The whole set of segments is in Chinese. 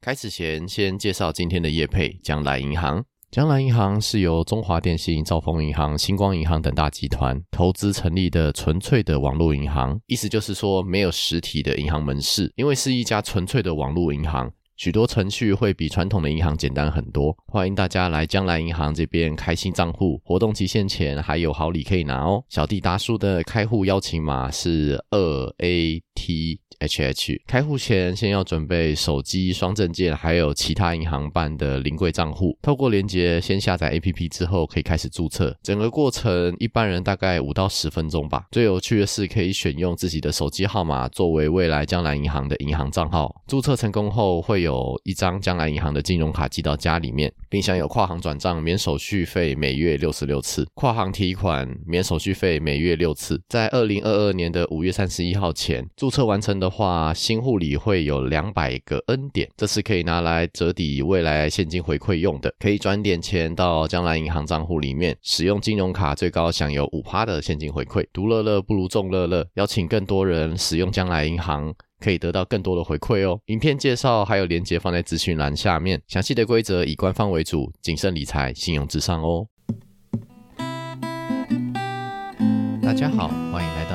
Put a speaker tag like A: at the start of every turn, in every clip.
A: 开始前，先介绍今天的业配——江南银行。江南银行是由中华电信、兆丰银行、星光银行等大集团投资成立的纯粹的网络银行，意思就是说没有实体的银行门市，因为是一家纯粹的网络银行，许多程序会比传统的银行简单很多。欢迎大家来江南银行这边开新账户，活动期限前还有好礼可以拿哦。小弟达叔的开户邀请码是二 A T。H H 开户前，先要准备手机双证件，还有其他银行办的临柜账户。透过连接先下载 A P P 之后，可以开始注册。整个过程一般人大概五到十分钟吧。最有趣的是，可以选用自己的手机号码作为未来江南银行的银行账号。注册成功后，会有一张江南银行的金融卡寄到家里面，并享有跨行转账免手续费每月六十六次，跨行提款免手续费每月六次。在二零二二年的五月三十一号前注册完成的。的话，新护理会有两百个 N 点，这是可以拿来折抵未来现金回馈用的，可以转点钱到将来银行账户里面，使用金融卡最高享有五趴的现金回馈。独乐乐不如众乐乐，邀请更多人使用将来银行。可以得到更多的回馈哦。影片介绍还有连接放在资讯栏下面，详细的规则以官方为主，谨慎理财，信用至上哦。大家好，欢迎来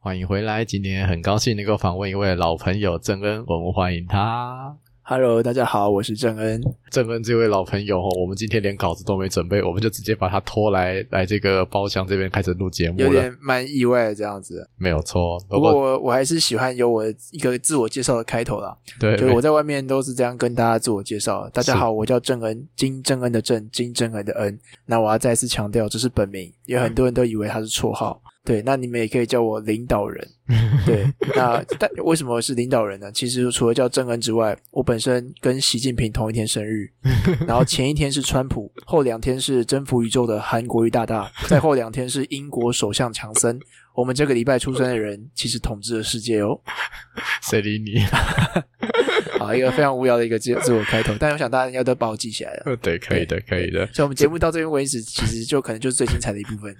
A: 欢迎回来，今天很高兴能够访问一位老朋友郑恩，我们欢迎他。
B: Hello，大家好，我是郑恩。
A: 郑恩这位老朋友哦，我们今天连稿子都没准备，我们就直接把他拖来来这个包厢这边开始录节目
B: 有
A: 了，
B: 点蛮意外的这样子，
A: 没有错。
B: 不过我我还是喜欢有我一个自我介绍的开头啦。
A: 对，
B: 就是我在外面都是这样跟大家自我介绍。大家
A: 是
B: 好，我叫郑恩，金正恩的郑，金正恩的恩。那我要再次强调，这是本名，有很多人都以为他是绰号。对，那你们也可以叫我领导人。 对，那但为什么是领导人呢？其实除了叫郑恩之外，我本身跟习近平同一天 生日，然后前一天是川普，后两天是征服宇宙的韩国瑜大大，再后两天是英国首相强森。我们这个礼拜出生的人，其实统治了世界哦。
A: 谁理你？
B: 啊，一个非常无聊的一个自自我开头，但我想大家应该都把我记起来了。
A: 对，可以的，可以的，
B: 所以，我们节目到这边为止，其实就可能就是最精彩的一部分。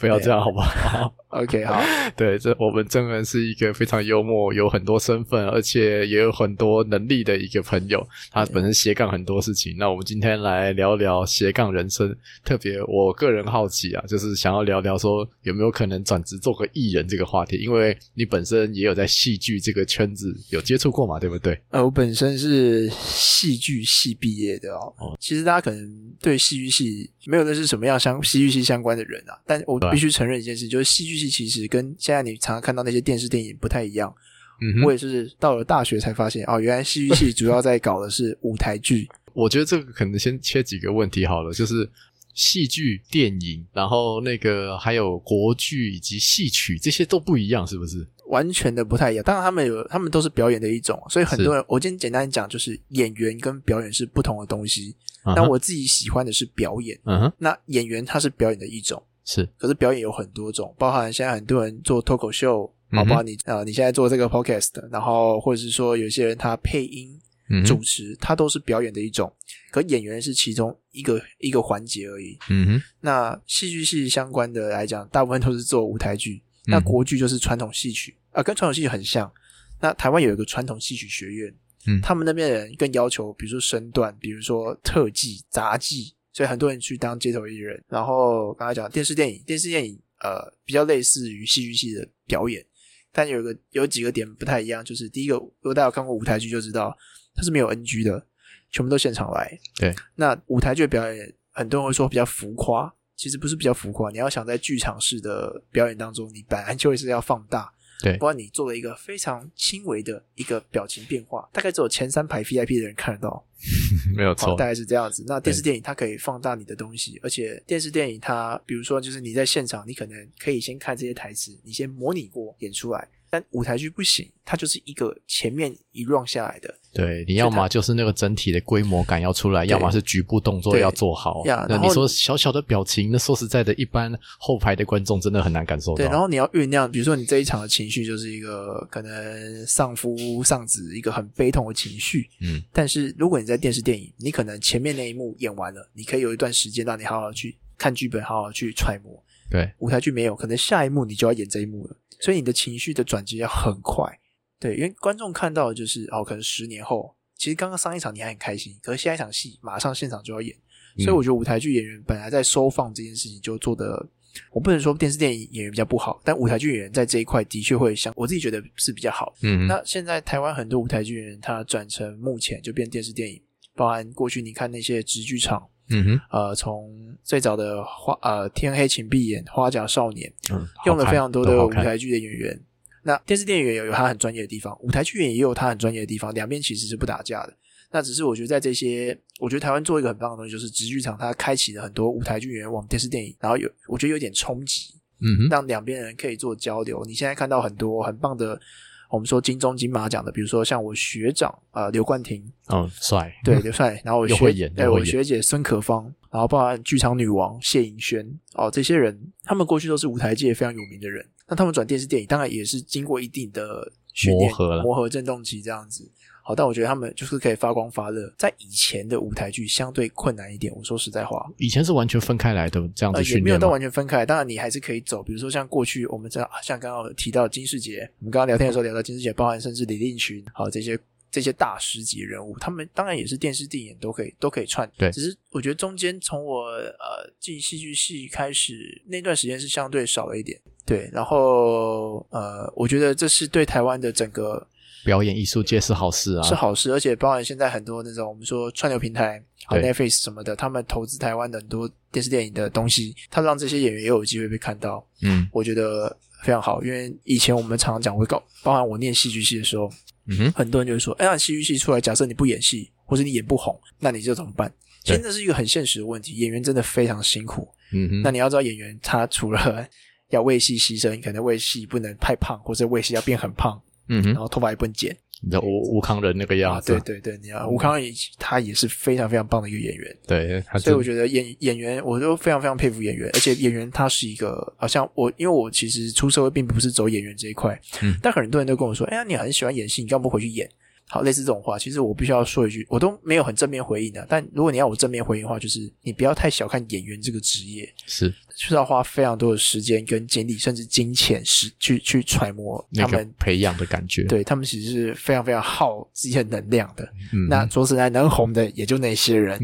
A: 不要这样好不好？
B: OK，好，
A: 对，这我们郑恩是一个非常幽默、有很多身份，而且也有很多能力的一个朋友。他本身斜杠很多事情。那我们今天来聊聊斜杠人生，特别我个人好奇啊，就是想要聊聊说有没有可能转职做个艺人这个话题，因为你本身也有在戏剧这个圈子有接触过嘛，对不对？
B: 呃，我本身是戏剧系毕业的哦。
A: 哦
B: 其实大家可能对戏剧系没有认识什么样相戏剧系相关的人啊，但我
A: 对
B: 必须承认一件事，就是戏剧系其实跟现在你常常看到那些电视电影不太一样。
A: 嗯
B: 我
A: 哼，
B: 也是到了大学才发现，哦，原来戏剧系主要在搞的是舞台剧。
A: 我觉得这个可能先切几个问题好了，就是。戏剧、电影，然后那个还有国剧以及戏曲，这些都不一样，是不是？
B: 完全的不太一样。当然，他们有他们都是表演的一种，所以很
A: 是
B: 多人，我今天简单讲，就是演员跟表演是不同的东西。
A: 嗯
B: 但
A: 哼，
B: 我自己喜欢的是表演，
A: 嗯哼，
B: 那演员他是表演的一种，
A: 是
B: 可是表演有很多种，包含现在很多人做脱口秀，
A: 嗯哼
B: 包括你啊、呃你现在做这个 podcast，然后或者是说有些人他配音。
A: 嗯哼
B: 主持，他都是表演的一种，可演员是其中一个一个环节而已。
A: 嗯哼，
B: 那戏剧系相关的来讲，大部分都是做舞台剧，那
A: 嗯
B: 国剧就是传统戏曲啊、跟传统戏曲很像。那台湾有一个传统戏曲学院，
A: 嗯
B: 他们那边的人更要求，比如说身段，比如说特技、杂技，所以很多人去当街头艺人。然后刚才讲电视电影，电视电影呃比较类似于戏剧系的表演，但有一个有几个点不太一样，就是第一个，如果大家有看过舞台剧就知道，它是没有 NG 的，全部都现场来。
A: 对，
B: 那舞台剧的表演，很多人会说比较浮夸，其实不是比较浮夸，你要想在剧场式的表演当中，你本来就会是要放大。
A: 对
B: 不然你做了一个非常轻微的一个表情变化，大概只有前三排 VIP 的人看得到，
A: 没有
B: 好，
A: 错
B: 大，概是这样子。那电视电影它可以放大你的东西，而且电视电影它，比如说就是你在现场，你可能可以先看这些台词，你先模拟过演出来，但舞台剧不行，它就是一个前面一 round 下来的，
A: 对，你要么就是那个整体的规模感要出来，要么是局部动作
B: 对
A: 要做好
B: 呀。
A: 那
B: 然
A: 你
B: 后
A: 说小小的表情，那说实在的，一般后排的观众真的很难感受
B: 对，然
A: 到。
B: 后你要酝酿，比如说你这一场的情绪就是一个可能丧夫丧子一个很悲痛的情绪，
A: 嗯，
B: 但是如果你在电视电影，你可能前面那一幕演完了，你可以有一段时间让你好好去看剧本，好好去揣摩。
A: 对，
B: 舞台剧没有，可能下一幕你就要演这一幕了，所以你的情绪的转接要很快。对，因为观众看到的就是哦，可能十年后，其实刚刚上一场你还很开心，可是下一场戏马上现场就要演，所以我觉得舞台剧演员本来在收放这件事情就做的，我不能说电视电影演员比较不好，但舞台剧演员在这一块的确会相，我自己觉得是比较好。
A: 嗯，
B: 那现在台湾很多舞台剧演员他转成目前就变电视电影，包含过去你看那些直剧场，
A: 嗯
B: 呃，从最早的花呃天黑请闭眼、花甲少年，
A: 哼，嗯
B: 用了非常多的舞，
A: 好看都好看
B: 台剧的演员。那电视电影演员有他很专业的地方，舞台剧演员也有他很专业的地方，两边其实是不打架的。那只是我觉得在这些，我觉得台湾做一个很棒的东西，就是直剧场它开启了很多舞台剧演员往电视电影，然后有我觉得有点冲击，
A: 嗯哼，
B: 让两边人可以做交流。你现在看到很多很棒的，我们说金钟金马奖的，比如说像我学长呃刘冠廷，
A: 哦，帅，
B: 对，刘帅，然后我
A: 又
B: 学
A: 会演
B: 对
A: 又会
B: 我
A: 演
B: 学姐孙可芳，然后包含剧场女王谢盈萱哦，这些人他们过去都是舞台界非常有名的人，那他们转电视电影当然也是经过一定的训练
A: 磨合了
B: 磨合震动期这样子。好，但我觉得他们就是可以发光发热，在以前的舞台剧相对困难一点。我说实在话，
A: 以前是完全分开来的这样
B: 呃，
A: 子
B: 也
A: 训
B: 没有
A: 练
B: 到
A: 吗，
B: 完全分开。当然，你还是可以走，比如说像过去我们知道，啊像刚刚有提到金世杰，我们刚刚聊天的
A: 嗯
B: 时候聊到金世杰，包含甚至李令群，好这些这些大师级人物，他们当然也是电视、电影都可以都可以串。
A: 对
B: 只是我觉得中间从我呃进戏剧系开始那段时间是相对少了一点。对，然后呃，我觉得这是对台湾的整个
A: 表演艺术界是好事啊，
B: 是好事，而且包含现在很多那种我们说串流平台、啊
A: 对
B: Netflix 什么的，他们投资台湾的很多电视电影的东西，他让这些演员也有机会被看到，
A: 嗯
B: 我觉得非常好。因为以前我们常常讲，我搞，包含我念戏剧系的时候，
A: 嗯哼，
B: 很多人就会说，哎，那戏剧系出来，假设你不演戏，或者你演不红，那你就怎么办？其实
A: 对
B: 这是一个很现实的问题，演员真的非常辛苦。
A: 嗯哼，
B: 那你要知道，演员他除了要为戏牺牲，可能为戏不能太胖，或者为戏要变很胖，
A: 嗯
B: 然
A: 哼，
B: 后头发也不能剪。
A: 你的吴吴康仁那个样
B: 啊，
A: 子
B: 对，对对，你要吴康仁，他也是非常非常棒的一个演员，
A: 对，他
B: 所以我
A: 啊就
B: 觉得演演员我都非常非常佩服演员，而且演员他是一个好像我，因为我其实出社会并不是走演员这一块，
A: 嗯
B: 但很多人都跟我说，哎呀，你很喜欢演戏，你干嘛不回去演？好，类似这种话，其实我必须要说一句，我都没有很正面回应的、但如果你要我正面回应的话，就是你不要太小看演员这个职业，
A: 是
B: 就是要花非常多的时间跟精力，甚至金钱时去去揣摩
A: 那
B: 他
A: 个
B: 们，
A: 培养的感觉，
B: 对他们其实是非常非常耗自己的能量的。
A: 嗯，
B: 那说实在，能红的也就那些 人，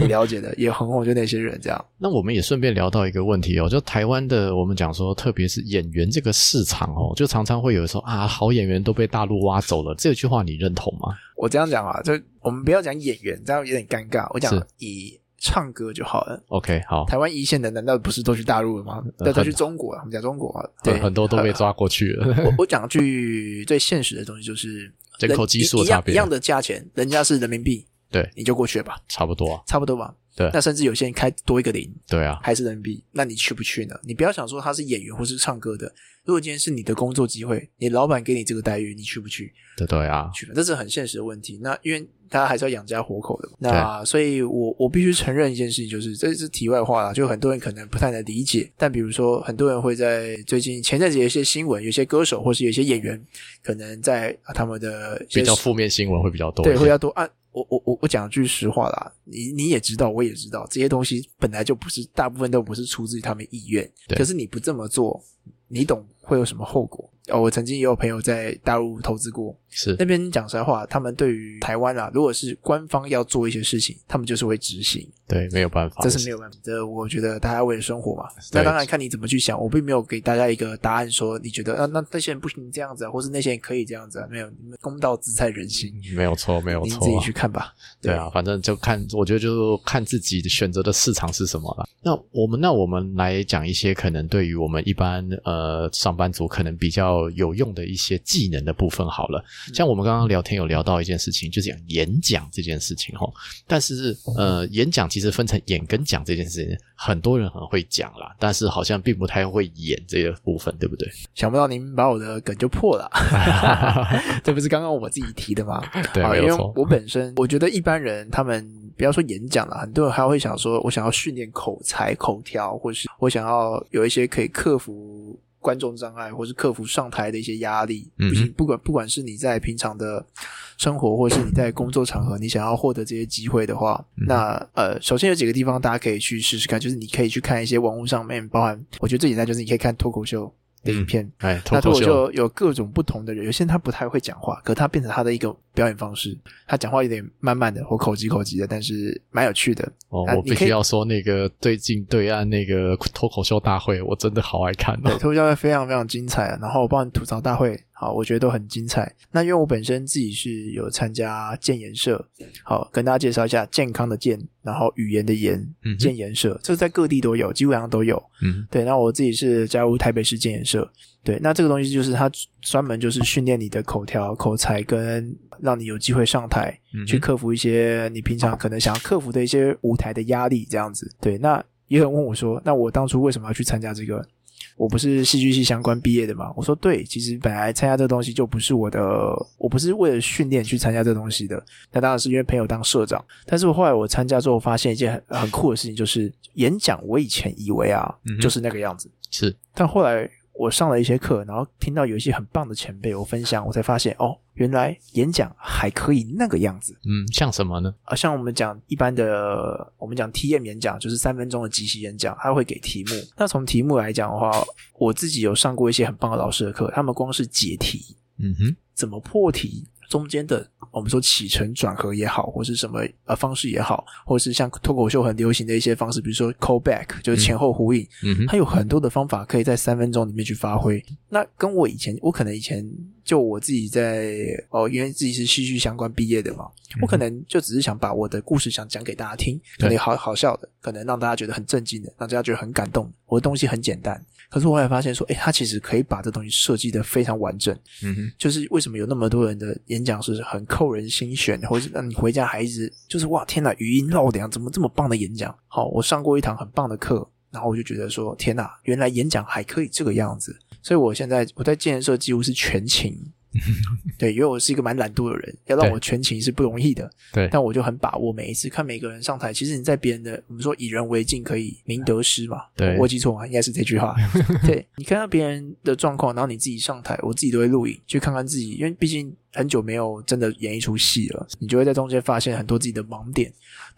B: 你了解的，也很红就那些人这样。
A: 那我们也顺便聊到一个问题哦，就台湾的，我们讲说，特别是演员这个市场哦，就常常会有说啊，好演员都被大陆挖走了，这句话你认同吗？
B: 我这样讲啊，就我们不要讲演员，这样有点尴尬。我讲
A: 是
B: 以唱歌就好了。
A: OK，好，
B: 台湾一线的难道不是都去大陆了吗？
A: 呃
B: 对，都
A: 很
B: 去中国啊，我们讲中国啊，
A: 很
B: 对，
A: 很多都被
B: 呃。
A: 抓过去了，
B: 我我讲句最现实的东西就是
A: 人口基数
B: 人
A: 的
B: 一一样
A: 差别
B: 一样的价钱，人家是人民币，
A: 对，
B: 你就过去吧，
A: 差不多啊，
B: 差不多吧。
A: 对
B: 那甚至有些人开多一个零，
A: 对啊，
B: 还是人民币，那你去不去呢？你不要想说他是演员或是唱歌的，如果今天是你的工作机会，你老板给你这个待遇，你去不去？
A: 对对啊，
B: 去吧，这是很现实的问题。那因为大家还是要养家活口的嘛，那所以我我必须承认一件事情，就是这是题外话啦，就很多人可能不太能理解。但比如说，很多人会在最近前阵子有一些新闻，有些歌手或是有些演员，可能在、啊他们的一些
A: 比较负面新闻会比较多一
B: 对，
A: 点，
B: 会啊要多按。我我我我讲句实话啦，你你也知道，我也知道，这些东西本来就不是大部分都不是出自于他们意愿，
A: 对
B: 可是你不这么做，你懂会有什么后果？哦，我曾经也有朋友在大陆投资过，
A: 是
B: 那边讲实在话，他们对于台湾啊啦，如果是官方要做一些事情，他们就是会执行，
A: 对，没有办法，
B: 这是没有办法。这我觉得大家为了生活嘛，
A: 对
B: 那当然看你怎么去想。我并没有给大家一个答案说你觉得啊，那那些人不行这样子啊，或是那些人可以这样子啊，没有，你们公道自在人心。
A: 没有错，嗯没有
B: 您
A: 错、啊，
B: 自己去看吧。
A: 对啊，，反正就看，我觉得就看自己的选择的市场是什么了。那我们那我们来讲一些可能对于我们一般呃上班族可能比较有用的一些技能的部分好了。
B: 嗯
A: 像我们刚刚聊天有聊到一件事情，就是讲演讲这件事情哈。但是呃，演讲其实分成演跟讲这件事情，很多人很会讲啦，但是好像并不太会演这个部分，对不 对？
B: 想不到您把我的梗就 破了，这不是刚刚我自己提的吗？
A: 对，
B: 啊，
A: 没
B: 因
A: 有
B: 为
A: 错。
B: 我本身我觉得一般人他们不要说演讲了，很多人还会想说，我想要训练口才、口条，或是我想要有一些可以克服观众障碍，或是克服上台的一些压力。
A: 嗯哼
B: 不行，不管不管是你在平常的生活，或是你在工作场合，你想要获得这些机会的话，
A: 嗯
B: 那呃，首先有几个地方大家可以去试试看，就是你可以去看一些网络上面，包含我觉得最简单就是你可以看脱口秀的影片。
A: 哎，
B: 那
A: 脱
B: 脱
A: 口
B: 口
A: 秀，
B: 秀有各种不同的人，有些人他不太会讲话，可他变成他的一个表演方式，他讲话有点慢慢的或口急口急的，但是蛮有趣的。
A: 哦
B: 啊，
A: 我必
B: 你可
A: 须
B: 以
A: 要说那个最近对岸那个脱口秀大会，我真的好爱看
B: 对，
A: 哦。
B: 脱口秀会非常非常精彩啊，然后包含吐槽大会，好，我觉得都很精彩。那因为我本身自己是有参加健研社，好，跟大家介绍一下健康的健，然后语言的言
A: 嗯哼，
B: 健研社，这在各地都有，基本上都有。
A: 嗯，
B: 对，那我自己是加入台北市健研社，对，那这个东西就是它专门就是训练你的口条、口才，跟让你有机会上台
A: 嗯哼
B: 去克服一些你平常可能想要克服的一些舞台的压力，这样子。对，那也有人问我说，那我当初为什么要去参加这个？我不是戏剧系相关毕业的嘛？我说对，其实本来参加这个东西就不是我的，我不是为了训练去参加这个东西的。那当然是因为朋友当社长，但是我后来我参加之后发现一件很很酷的事情，就是演讲，我以前以为啊
A: 嗯哼
B: 就是那个样子，
A: 是，
B: 但后来我上了一些课，然后听到有一些很棒的前辈我分享，我才发现哦，原来演讲还可以那个样子。
A: 嗯，像什么呢？
B: 啊，像我们讲一般的，我们讲 TM 演讲，就是三分钟的即席演讲，他会给题目。那从题目来讲的话，我自己有上过一些很棒的老师的课，他们光是解题，
A: 嗯哼，
B: 怎么破题，中间的我们说起承转合也好，或是什么呃方式也好，或是像脱口秀很流行的一些方式，比如说 call back，就是前后呼应，
A: 嗯哼，
B: 它有很多的方法可以在三分钟里面去发挥。那跟我以前，我可能以前就我自己在哦，因为自己是戏剧相关毕业的嘛，
A: 嗯
B: 我可能就只是想把我的故事想讲给大家听，可能好好笑的，可能让大家觉得很震惊的，让大家觉得很感动的。我的东西很简单，可是我后来发现说，诶，它其实可以把这东西设计的非常完整。
A: 嗯哼，
B: 就是为什么有那么多人的演讲是很扣人心弦，或是让你回家还一直就是哇天哪，语音绕梁，怎么这么棒的演讲？好，我上过一堂很棒的课，然后我就觉得说天哪，原来演讲还可以这个样子。所以我现在我在建设几乎是 全勤，对，因为我是一个蛮懒惰的人，要让
A: 对
B: 我全勤是不容易的。
A: 对，
B: 但我就很把握每一次看每个人上台。其实你在别人的，我们说以人为镜，可以明得失嘛。
A: 对
B: 我记错吗？应该是这句话。对你看到别人的状况，然后你自己上台，我自己都会录影去看看自己，因为毕竟很久没有真的演一出戏了，你就会在中间发现很多自己的盲点。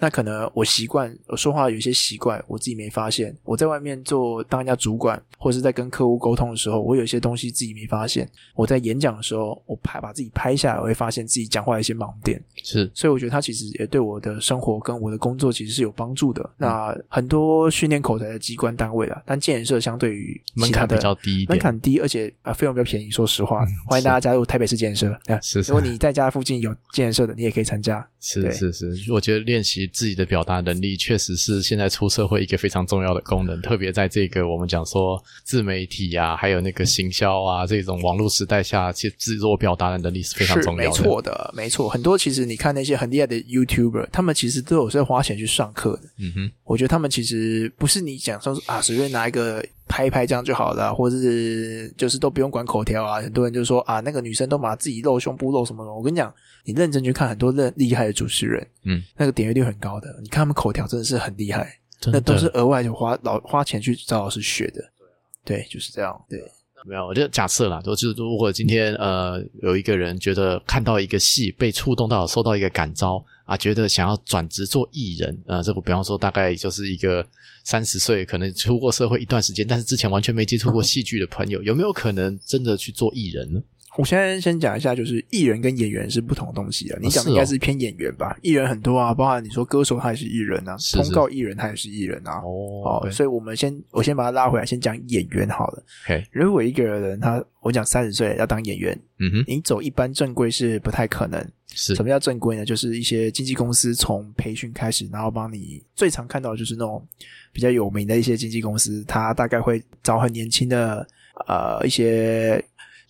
B: 那可能我习惯我说话有一些习惯，我自己没发现。我在外面做当人家主管，或者是在跟客户沟通的时候，我有一些东西自己没发现。我在演讲的时候，我拍把自己拍下来，我会发现自己讲话有一些盲点。
A: 是，
B: 所以我觉得它其实也对我的生活跟我的工作其实是有帮助的。那
A: 嗯
B: 很多训练口才的机关单位啦，但建研社相对于
A: 门
B: 其他
A: 槛
B: 的
A: 比较低一
B: 门
A: 点，嗯
B: 槛低，而且啊、呃费用比较便宜。说实话，欢迎
A: 是
B: 大家加入台北市建 研社。啊
A: 是是
B: 如果你在家附近有建研社的，你也可以参加。
A: 是
B: 对
A: 是是，我觉得练习自己的表达能力，确实是现在出社会一个非常重要的功 能。特别在这个我们讲说自媒体啊，还有那个行销啊这种网络时代下，其实自我表达的能力是非常
B: 是
A: 重要的。
B: 没错的，没错。很多其实你看那些很厉害的 YouTuber，他们其实都有在花钱去上课的。
A: 嗯哼，
B: 我觉得他们其实不是你讲说啊，随便拿一个拍一拍这样就好了啊，或者是就是都不用管口条啊。很多人就说啊，那个女生都把自己露胸部露什么的。我跟你讲，你认真去看很多厉厉害的主持人，
A: 嗯，
B: 那个点阅率很高的，你看他们口条真的是很厉害，
A: 真的
B: 那都是额外就花老花钱去找老师学的。对，就是这样。对，
A: 没有，我就假设啦，就是如果今天呃有一个人觉得看到一个戏被触动到，受到一个感召啊，觉得想要转职做艺人，呃，这个比方说大概就是一个三十岁，可能出过社会一段时间，但是之前完全没接触过戏剧的朋友，有没有可能真的去做艺人呢？
B: 我现在先讲一下，就是艺人跟演员是不同的东西啊。你讲
A: 是
B: 的
A: 哦
B: 应该是偏演员吧？艺人很多啊，包含你说歌手他也是艺人啊，
A: 是是
B: 通告艺人他也是艺人啊。
A: 哦
B: 哦，所以我们先我先把它拉回来，先讲演员好了。
A: ，OK，
B: 如果一个人他我讲三十岁要当演员，
A: 嗯哼，
B: 你走一般正规是不太可能。
A: 是
B: 什么叫正规呢？就是一些经纪公司从培训开始，然后帮你最常看到的就是那种比较有名的一些经纪公司，他大概会找很年轻的呃一些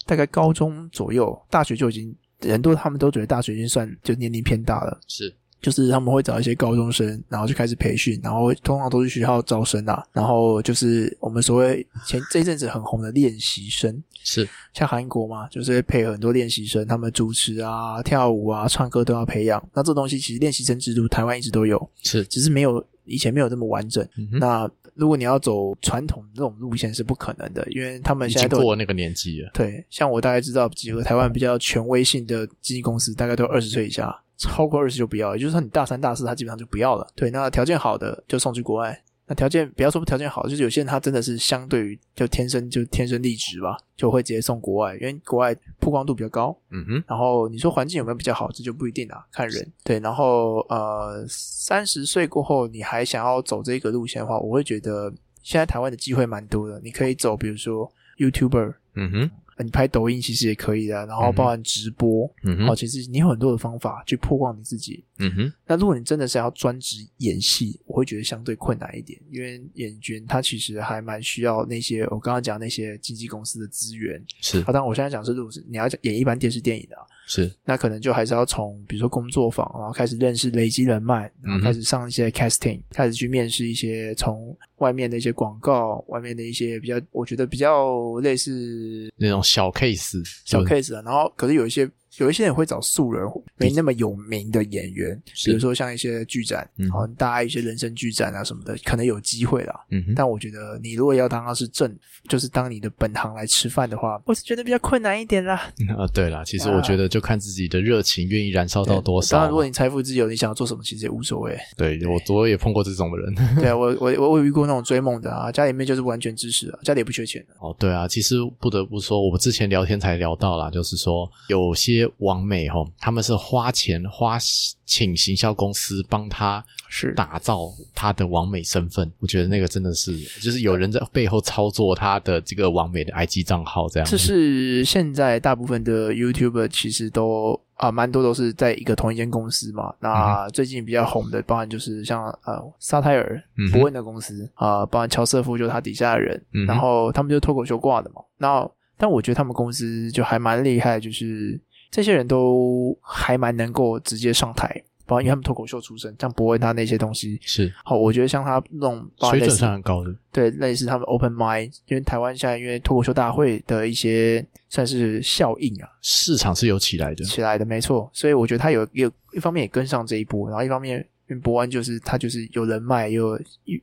B: 大概高中左右，大学就已经很多他们都觉得大学已经算就年龄偏大了。
A: 是
B: 就是他们会找一些高中生，然后就开始培训，然后通常都是学校招生啊，然后就是我们所谓前这一阵子很红的练习生，
A: 是
B: 像韩国嘛，就是会配合很多练习生，他们主持啊、跳舞啊、唱歌都要培养。那这东西其实练习生制度台湾一直都有，
A: 是，
B: 只是没有以前没有这么完整。
A: 嗯哼
B: 那如果你要走传统的这种路线是不可能的，因为他们
A: 已
B: 现在
A: 经
B: 都
A: 过了那个年纪了，
B: 对，像我大概知道几个台湾比较权威性的经纪公司，大概都二十岁以下，超过二十就不要，也就是说你大三、大四他基本上就不要了。对，那条件好的就送去国外。那条件不要说条件好，就是有些人他真的是相对于就天生就天生丽质吧，就会直接送国外，因为国外曝光度比较高。
A: 嗯哼，
B: 然后你说环境有没有比较好，这就不一定啊，看人。对，然后呃，三十岁过后你还想要走这个路线的话，我会觉得现在台湾的机会蛮多的，你可以走比如说 YouTuber，
A: 嗯哼，
B: 呃你拍抖音其实也可以的，啊然后包含直播，
A: 嗯
B: 哦，
A: 哼，
B: 其实你有很多的方法去曝光你自己。
A: 嗯哼，
B: 那如果你真的是要专职演戏，我会觉得相对困难一点，因为演员他其实还蛮需要那些我刚刚讲那些经纪公司的资源。
A: 是
B: 啊，当然我现在讲是，如果是你要演一般电视电影的、啊，
A: 是，
B: 那可能就还是要从比如说工作坊，然后开始认识、累积人脉，然
A: 嗯
B: 后开始上一些 casting，、开始去面试一些从外面的一些广告、外面的一些比较，我觉得比较类似
A: 那种小 case，
B: 小
A: 就是
B: case 啊，然后可是有一些有一些人会找素人，没那么有名的演员，
A: 是
B: 比如说像一些剧展，
A: 嗯
B: 好、大家一些人生剧展啊什么的，可能有机会啦。
A: 嗯哼，
B: 但我觉得你如果要当他是正，就是当你的本行来吃饭的话，我是觉得比较困难一点啦。
A: 啊，对啦，其实我觉得就看自己的热情愿意燃烧到
B: 对
A: 多
B: 当
A: 少啊
B: 然，如。果你财富自由，你想要做什么其实也无 所谓。
A: 对我，我也碰过这种人。
B: 对啊，我我我有遇过那种追梦的啊，家里面就是完全支持啊，家里也不缺钱的、
A: 哦，对啊，其实不得不说，我们之前聊天才聊到啦，就是说有些网美吼，他们是花钱花请行销公司帮他
B: 是
A: 打造他的网美身份，我觉得那个真的是就是有人在背后操作他的这个网美的 IG 账号这样嗯
B: 这
A: 子。
B: 是现在大部分的 YouTuber 其实都啊，蛮多都是在一个同一间公司嘛。
A: 嗯
B: 那最近比较红的，包含就是像呃沙泰尔
A: 嗯哼
B: 伯恩的公司啊、包含乔瑟夫就是他底下的人，
A: 嗯哼
B: 然后他们就是脱口秀挂的嘛。那但我觉得他们公司就还蛮厉害，就是这些人都还蛮能够直接上台。包含因为他们脱口秀出身，像伯恩他那些东西，
A: 是
B: 好，我觉得像他那种包含
A: 水准
B: 类似
A: 上很高的，
B: 对，类似他们 open mind，因为台湾现在因为脱口秀大会的一些算是效应啊
A: 市场是有起来的。
B: 起来的，没错。所以我觉得他有也有一方面也跟上这一波，然后一方面因为伯恩就是他就是有人脉，也有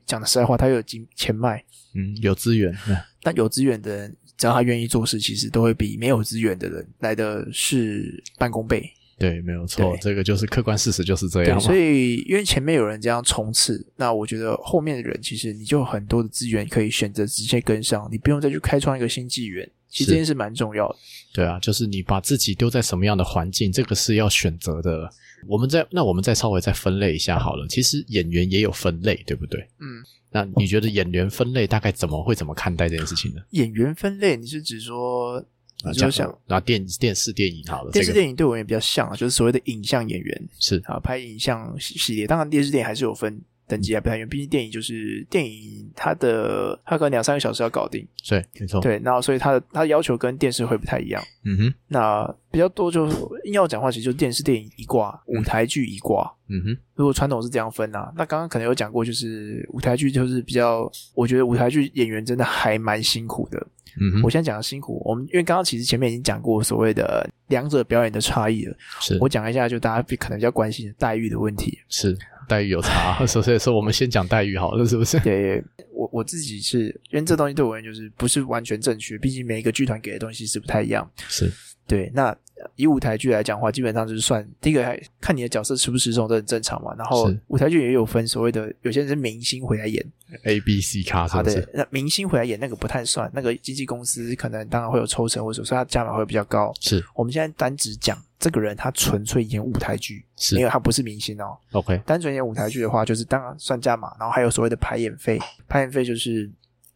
B: 讲的实在话，他又有金钱脉。
A: 嗯，有资源，嗯
B: 但有资源的人，只要他愿意做事，其实都会比没有资源的人来的事半功倍。
A: 对，没有错，
B: 对
A: 这个就是客观事实，就是这样
B: 对，
A: 嘛。
B: 所以因为前面有人这样冲刺，那我觉得后面的人其实你就有很多的资源可以选择直接跟上，你不用再去开创一个新纪元。其实
A: 是
B: 这件事蛮重要的。
A: 对啊，就是你把自己丢在什么样的环境，这个是要选择的。我们再那我们再稍微再分类一下好了。其实演员也有分类，对不对？
B: 嗯。
A: 那你觉得演员分类大概怎么会怎么看待这件事情呢？
B: 演员分类，你是指说，
A: 啊
B: 你
A: 讲
B: 就想
A: 那电电视电影好了，
B: 电视
A: 这个
B: 电影对我们也比较像啊，就是所谓的影像演员
A: 是
B: 啊，拍影像系系列。当然，电视电影还是有分等级啊，不太一样。毕竟电影就是电影，它的它可能两三个小时要搞定，
A: 对，没错，，
B: 对，然后所以它的它的要求跟电视会不太一样。
A: 嗯哼，
B: 那比较多就硬要讲的话，其实就电视电影一挂，
A: 嗯
B: 舞台剧一挂。
A: 嗯哼，
B: 如果传统是这样分啊，那刚刚可能有讲过，就是舞台剧就是比较，我觉得舞台剧演员真的还蛮辛苦的，
A: 嗯哼，
B: 我现在讲的辛苦，我们因为刚刚其实前面已经讲过所谓的两者表演的差异了，
A: 是
B: 我讲一下就大家比可能比较关心的待遇的问题。
A: 是待遇有差， 所以所以说我们先讲待遇好了，是不 是？
B: 对我我自己是因为这东西对我而言就是不是完全正确，毕竟每一个剧团给的东西是不太一样。
A: 是，
B: 对，那呃以舞台剧来讲的话，基本上就是算第一个还看你的角色吃不吃重，这很正常嘛。然后
A: 是
B: 舞台剧也有分所谓的有些人是明星回来演，
A: A B C 卡是
B: 好
A: 不
B: 的，
A: 是？
B: 那明星回来演那个不太算，那个经纪公司可能当然会有抽成或者说他价码会比较高。
A: 是
B: 我们现在单只讲这个人，他纯粹演舞台剧，因
A: 是
B: 为他不是明星哦。
A: ，OK，
B: 单纯演舞台剧的话，就是当然算价码，然后还有所谓的排演费，排演费就是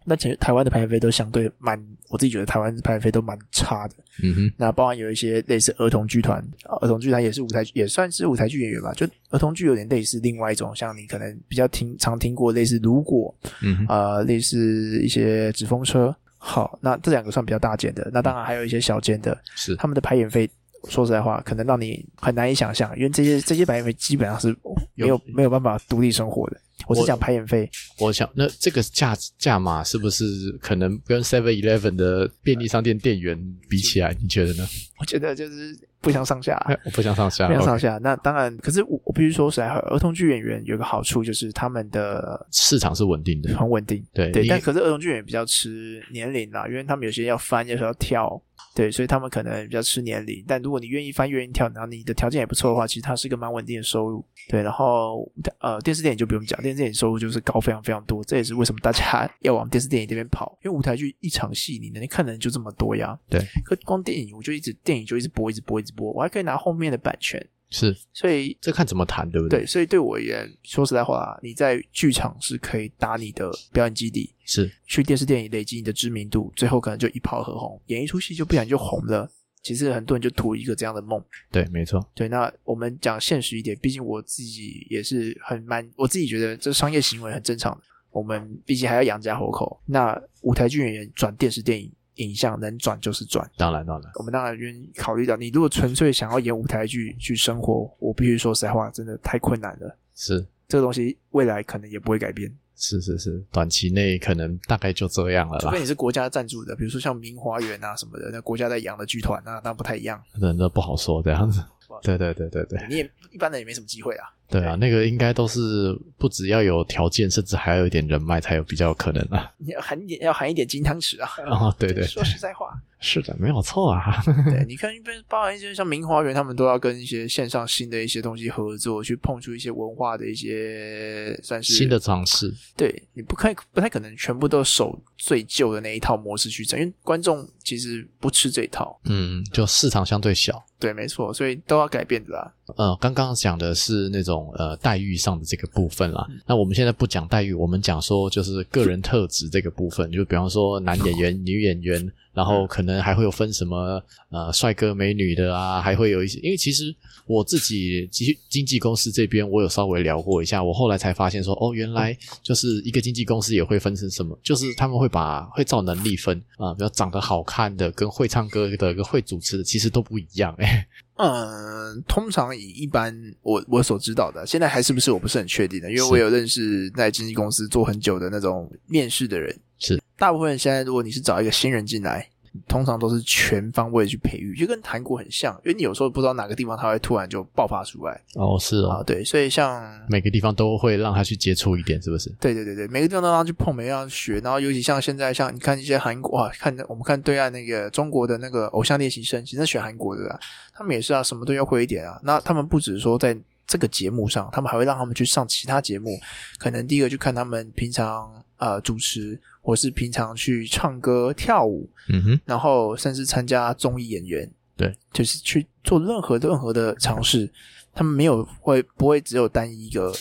B: 那其实台湾的排演费都相对蛮，我自己觉得台湾的排演费都蛮差的。
A: 嗯哼，
B: 那包含有一些类似儿童剧团，儿童剧团也是舞台剧，也算是舞台剧演员吧。就儿童剧有点类似另外一种，像你可能比较听常听过类似如果
A: 嗯哼，
B: 呃类似一些纸风车。好，那这两个算比较大间的，那当然还有一些小间的，
A: 是
B: 他们的排演费，说实在话，可能让你很难以想象，因为这些这些排演费基本上是没有没有办法独立生活的。我是讲排演费，
A: 我想，那这个价价码是不是可能跟 Seven Eleven 的便利商店店员比起来，你觉得呢？
B: 我觉得就是不相上 下，
A: 哎我不想上下，
B: 不相
A: OK
B: 上下。那当然，可是我我必须说实在话，儿童剧演员有个好处就是他们的
A: 市场是稳定的，
B: 很稳定，
A: 对
B: 对，
A: 你
B: 但可是儿童剧演员比较吃年龄啦，因为他们有些要翻，有些要跳，对，所以他们可能比较吃年龄。但如果你愿意翻，愿意跳，然后你的条件也不错的话，其实它是一个蛮稳定的收入。对，然后呃，电视电影就不用讲，电视电影收入就是高非常非常多，这也是为什么大家 要往电视电影这边跑，因为舞台剧一场戏你能看的人就这么多呀。
A: 对，
B: 可光电影我就一直电影就一直播，一直播，一直播，我还可以拿后面的版权，
A: 是
B: 所以
A: 这看怎么谈，对不
B: 对，？所以对我而言，说实在话，你在剧场是可以打你的表演基地，
A: 是
B: 去电视电影累积你的知名度，最后可能就一炮而红，演一出戏就不小心就红了。其实很多人就图一个这样的梦。
A: 对，没错，
B: 对，那我们讲现实一点，毕竟我自己也是很蛮，我自己觉得这商业行为很正常的。我们毕竟还要养家活口。那舞台剧演员转电视电影影像能转就是转。
A: 当然当然，
B: 我们当然愿意考虑到，你如果纯粹想要演舞台剧去生活，我必须说实在话，真的太困难了。
A: 是
B: 这个东西未来可能也不会改变，
A: 是是是，短期内可能大概就这样了
B: 除
A: 啦
B: 非。你是国家赞助的，比如说像明华园啊什么的，那国家在养的剧团啊，那不太一样，
A: 真的不好说这样 子。对对对对对
B: 你也一般人也没什么机会啊。
A: 对啊，那个应该都是不只要有条件，甚至还要有一点人脉才有比较有可能啊。
B: 你要含一点，要含一点金汤匙啊。
A: 哦，对对，
B: 说实在话，
A: 是的，没有错啊。
B: 对，你看，一般包含一些像明华园，他们都要跟一些线上新的一些东西合作，去碰出一些文化的一些算是
A: 新的尝试，
B: 对，你不太不太可能全部都守最旧的那一套模式去整，因为观众其实不吃这一套。
A: 嗯，就市场相对小。
B: 对，没错，所以都要改变的啦。
A: 呃，刚刚讲的是那种呃待遇上的这个部分啦。那我们现在不讲待遇，我们讲说就是个人特质这个部分，就比方说男演员、女演员，然后可能还会有分什么呃帅哥美女的啊，还会有一些。因为其实我自己经经纪公司这边，我有稍微聊过一下，我后来才发现说，哦，原来就是一个经纪公司也会分成什么，就是他们会把会照能力分啊、比如长得好看的跟会唱歌的跟会主持的其实都不一样哎、
B: 嗯，通常以一般我我所知道的，现在还是不是我不是很确定的，因为
A: 是
B: 我有认识在经纪公司做很久的那种面试的人，
A: 是
B: 大部分现在如果你是找一个新人进来，通常都是全方位去培育，就跟韩国很像，因为你有时候不知道哪个地方它会突然就爆发出来
A: 哦，是哦
B: 啊，对，所以像。
A: 每个地方都会让他去接触一点，是不是？
B: 对对对对，每个地方都让他去碰，每个地方去学，然后尤其像现在，像你看一些韩国啊，看我们看对岸那个中国的那个偶像练习生，其实选韩国的、啊，他们也是啊，什么都要会一点啊。那他们不只是说在这个节目上，他们还会让他们去上其他节目，可能第一个去看他们平常呃主持，或是平常去唱歌跳舞，
A: 嗯哼，
B: 然后甚至参加综艺演员，
A: 对，
B: 就是去做任何任何的尝试，他们没有会不会只有单一一个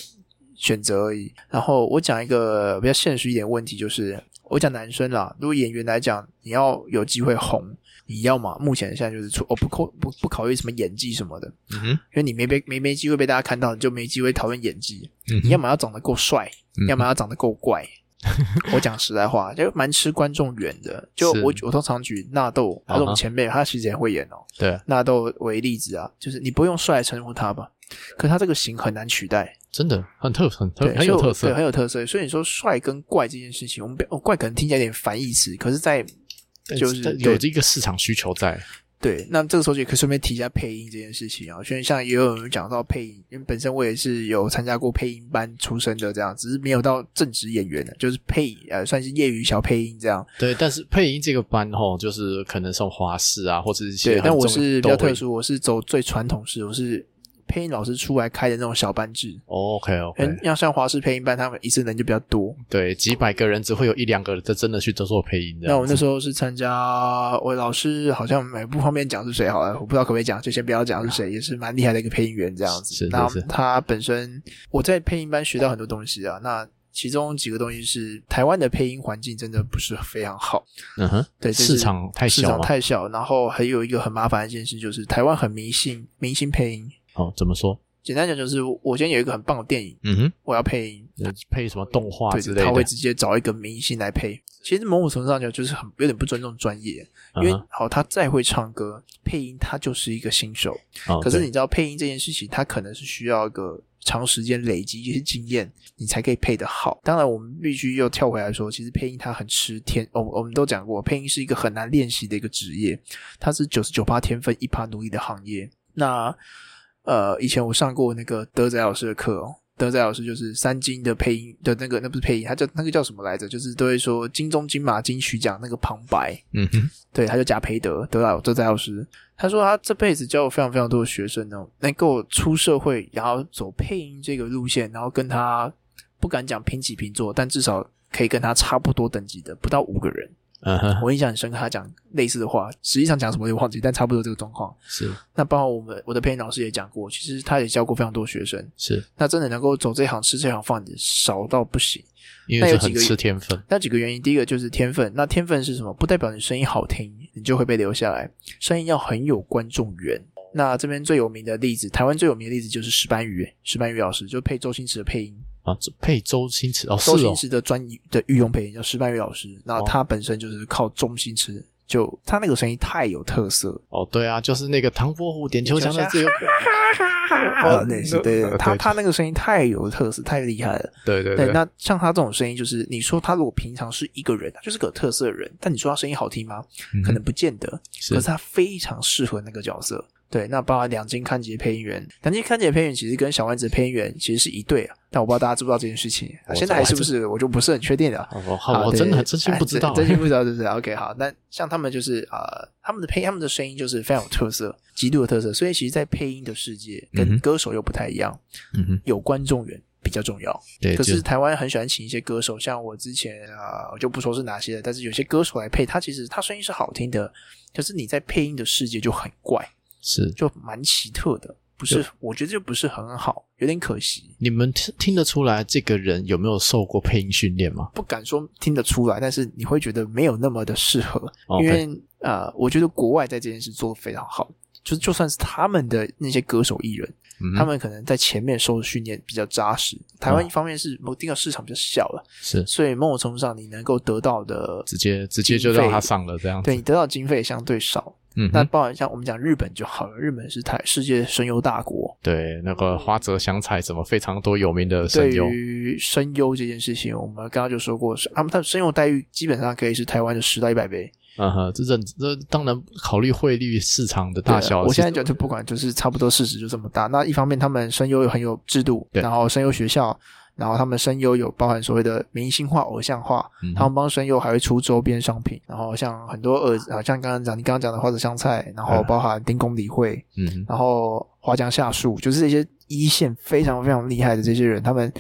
B: 选择而已。然后我讲一个比较现实一点的问题，就是我讲男生啦，如果演员来讲，你要有机会红，你要嘛目前现在就是出哦不考不不考虑什么演技什么的，
A: 嗯哼，
B: 因为你没被没没机会被大家看到，你就没机会讨论演技。
A: 嗯
B: 你要么要长得够帅，要么要长得够 怪。我讲实在话，就蛮吃观众缘的。就是我我通常举纳豆，他是我
A: 啊哈
B: 们前辈，他其实也会演哦。
A: 对，
B: 纳豆为例子啊，就是你不用帅来称呼他吧，可他这个型很难取代，
A: 真的很特很特
B: 对，
A: 很有
B: 所以我
A: 特
B: 对，
A: 色，
B: 很有特色。所以你说帅跟怪这件事情，我们不要哦怪可能听起来有点反义词，可是在，
A: 但
B: 就是
A: 但
B: 对
A: 有这个市场需求在，
B: 对，那这个时候也可以顺便提一下配音这件事情啊。因为像也有人讲到配音，因为本身我也是有参加过配音班出身的，这样只是没有到正职演员的，就是配呃算是业余小配音这样。
A: 对。但是配音这个班吼，就是可能送花式啊，或者是一些
B: 对，
A: 很
B: 但我
A: 重
B: 是比较
A: 都会
B: 特殊，我是走最传统式，我是配音老师出来开的那种小班制。
A: 哦，OK，OK。OK
B: 嗯
A: OK，，
B: 要像华师配音班，他们一次人就比较多。
A: 对，几百个人只会有一两个人真的去做做配音的。
B: 那我那时候是参加，我老师好像没不方便讲是谁好了，我不知道可不可以讲，就先不要讲是谁，也是蛮厉害的一个配音员这样
A: 是
B: 子
A: 是。
B: 那
A: 是
B: 他本身我在配音班学到很多东西啊，那其中几个东西是台湾的配音环境真的不是非常好，
A: 嗯哼，
B: 对这是
A: 市场太
B: 市
A: 小
B: 场
A: 嘛，
B: 太小，然后还有一个很麻烦的一件事就是台湾很迷信明星配音，
A: 哦，怎么说？
B: 简单讲就是，我今天有一个很棒的电影，
A: 嗯哼，
B: 我要配音，
A: 呃配什么动画之
B: 对，
A: 类
B: 他会
A: 的，嗯
B: 直接找一个明星来配。其实某种程度上讲，就是很有点不尊重专业，因
A: 嗯
B: 为
A: 哼
B: 好，他再会唱歌，配音他就是一个新手。
A: 哦
B: 可是
A: 对
B: 你知道配音这件事情，它可能是需要一个长时间累积一些经验，你才可以配得好。当然，我们必须又跳回来说，其实配音它很吃天，我、我们都讲过，配音是一个很难练习的一个职业，它是九十九趴天分一趴努力的行业。那呃，以前我上过那个德仔老师的课哦。德仔老师就是三金的配音的那个，那不是配音，他叫那个叫什么来着？就是都会说金钟、金马、金曲奖那个旁白，
A: 嗯哼，
B: 对，他就贾培德，德老德仔老师，他说他这辈子教了非常非常多的学生哦，能够出社会，然后走配音这个路线，然后跟他不敢讲平起平坐，但至少可以跟他差不多等级的，不到五个人。
A: 嗯哼，
B: 我印象很深刻，他讲类似的话，实际上讲什么我也忘记，但差不多这个状况。
A: 是
B: 那包括我们我的配音老师也讲过，其实他也教过非常多学生，
A: 是，
B: 那真的能够走这行吃这行饭的少到不行。
C: 因
B: 那
C: 为
B: 有
C: 是很
B: 几个
C: 吃天分，
B: 那几个原因，第一个就是天分。那天分是什么？不代表你声音好听，你就会被留下来。声音要很有观众缘。那这边最有名的例子，台湾最有名的例子就是石斑鱼，石斑鱼老师就配周星驰的配音，
A: 啊，这配周星驰哦，是
B: 周星
A: 哦，
B: 驰的专的御用配音叫石斑鱼老师。那他本身就是靠周星驰，就他那个声音太有特色，
A: 哦，对啊，就是那个唐伯虎点秋香的这个，嗯
B: 啊，类似对 对对，他
A: 对
B: 他那个声音太有特色，太厉害了。
A: 对对
B: 对，那像他这种声音，就是你说他如果平常是一个人，他就是个有特色的人，但你说他声音好听吗？
A: 嗯
B: 可能不见得。
A: 是
B: 可是他非常适合那个角色。对，那包括两金看杰配音员，两金看杰配音员其实跟小丸子配音员其实是一对啊，但我不知道大家知不知道这件事情，
A: 我
B: 现在还是不是，我就不是很确定了。
A: 哦，我
B: 好
A: 好，我
B: 对
A: 真的
B: 对
A: 很真心
B: 哎
A: 不知道，
B: 真心不知道，对不对？OK，好，那像他们就是呃，他们的配他们的声音就是非常有特色，极度有特色，所以其实，在配音的世界
A: 嗯
B: 跟
A: 哼
B: 歌手又不太一样，
A: 嗯哼，
B: 有观众缘比较重要。
A: 对，
B: 可
A: 就是
B: 台湾很喜欢请一些歌手，像我之前啊、呃我就不说是哪些了，但是有些歌手来配，他其实他声音是好听的，可是你在配音的世界就很怪，
A: 是
B: 就蛮奇特的，不是？我觉得就不是很好，有点可惜。
A: 你们听听得出来这个人有没有受过配音训练吗？
B: 不敢说听得出来，但是你会觉得没有那么的适合，
A: 哦 OK
B: 因为呃，我觉得国外在这件事做得非常好，就是就算是他们的那些歌手艺人，
A: 嗯
B: 他们可能在前面受的训练比较扎实。台湾
A: 嗯
B: 一方面是某定的市场比较小了，
A: 是
B: 所以某种程度上你能够得到的
A: 直接直接就让他上了这样，
B: 对你得到的经费相对少。
A: 嗯哼，
B: 那包含像我们讲日本就好了，日本是台世界声优大国，
A: 对那个花泽香菜什么非常多有名的声
B: 对
A: 优，
B: 于声优这件事情，我们刚刚就说过，是他们他们声优待遇基本上可以是台湾的十到一百倍。
A: 嗯哼，这认这当然考虑汇率市场的
B: 对
A: 大
B: 啊
A: 小，嗯
B: 我现在
A: 是
B: 讲就不管，就是差不多市值就这么大。那一方面，他们声优又很有制度，
A: 对
B: 然后声优学校，然后他们声优有包含所谓的明星化、偶像化，
A: 嗯哼
B: 他们帮声优还会出周边商品，然后像很多呃，好像刚刚讲你刚刚讲的花泽香菜，然后
A: 嗯
B: 包含丁公理会，
A: 嗯哼
B: 然后花江夏树，就是这些一线非常非常厉害的这些人，他们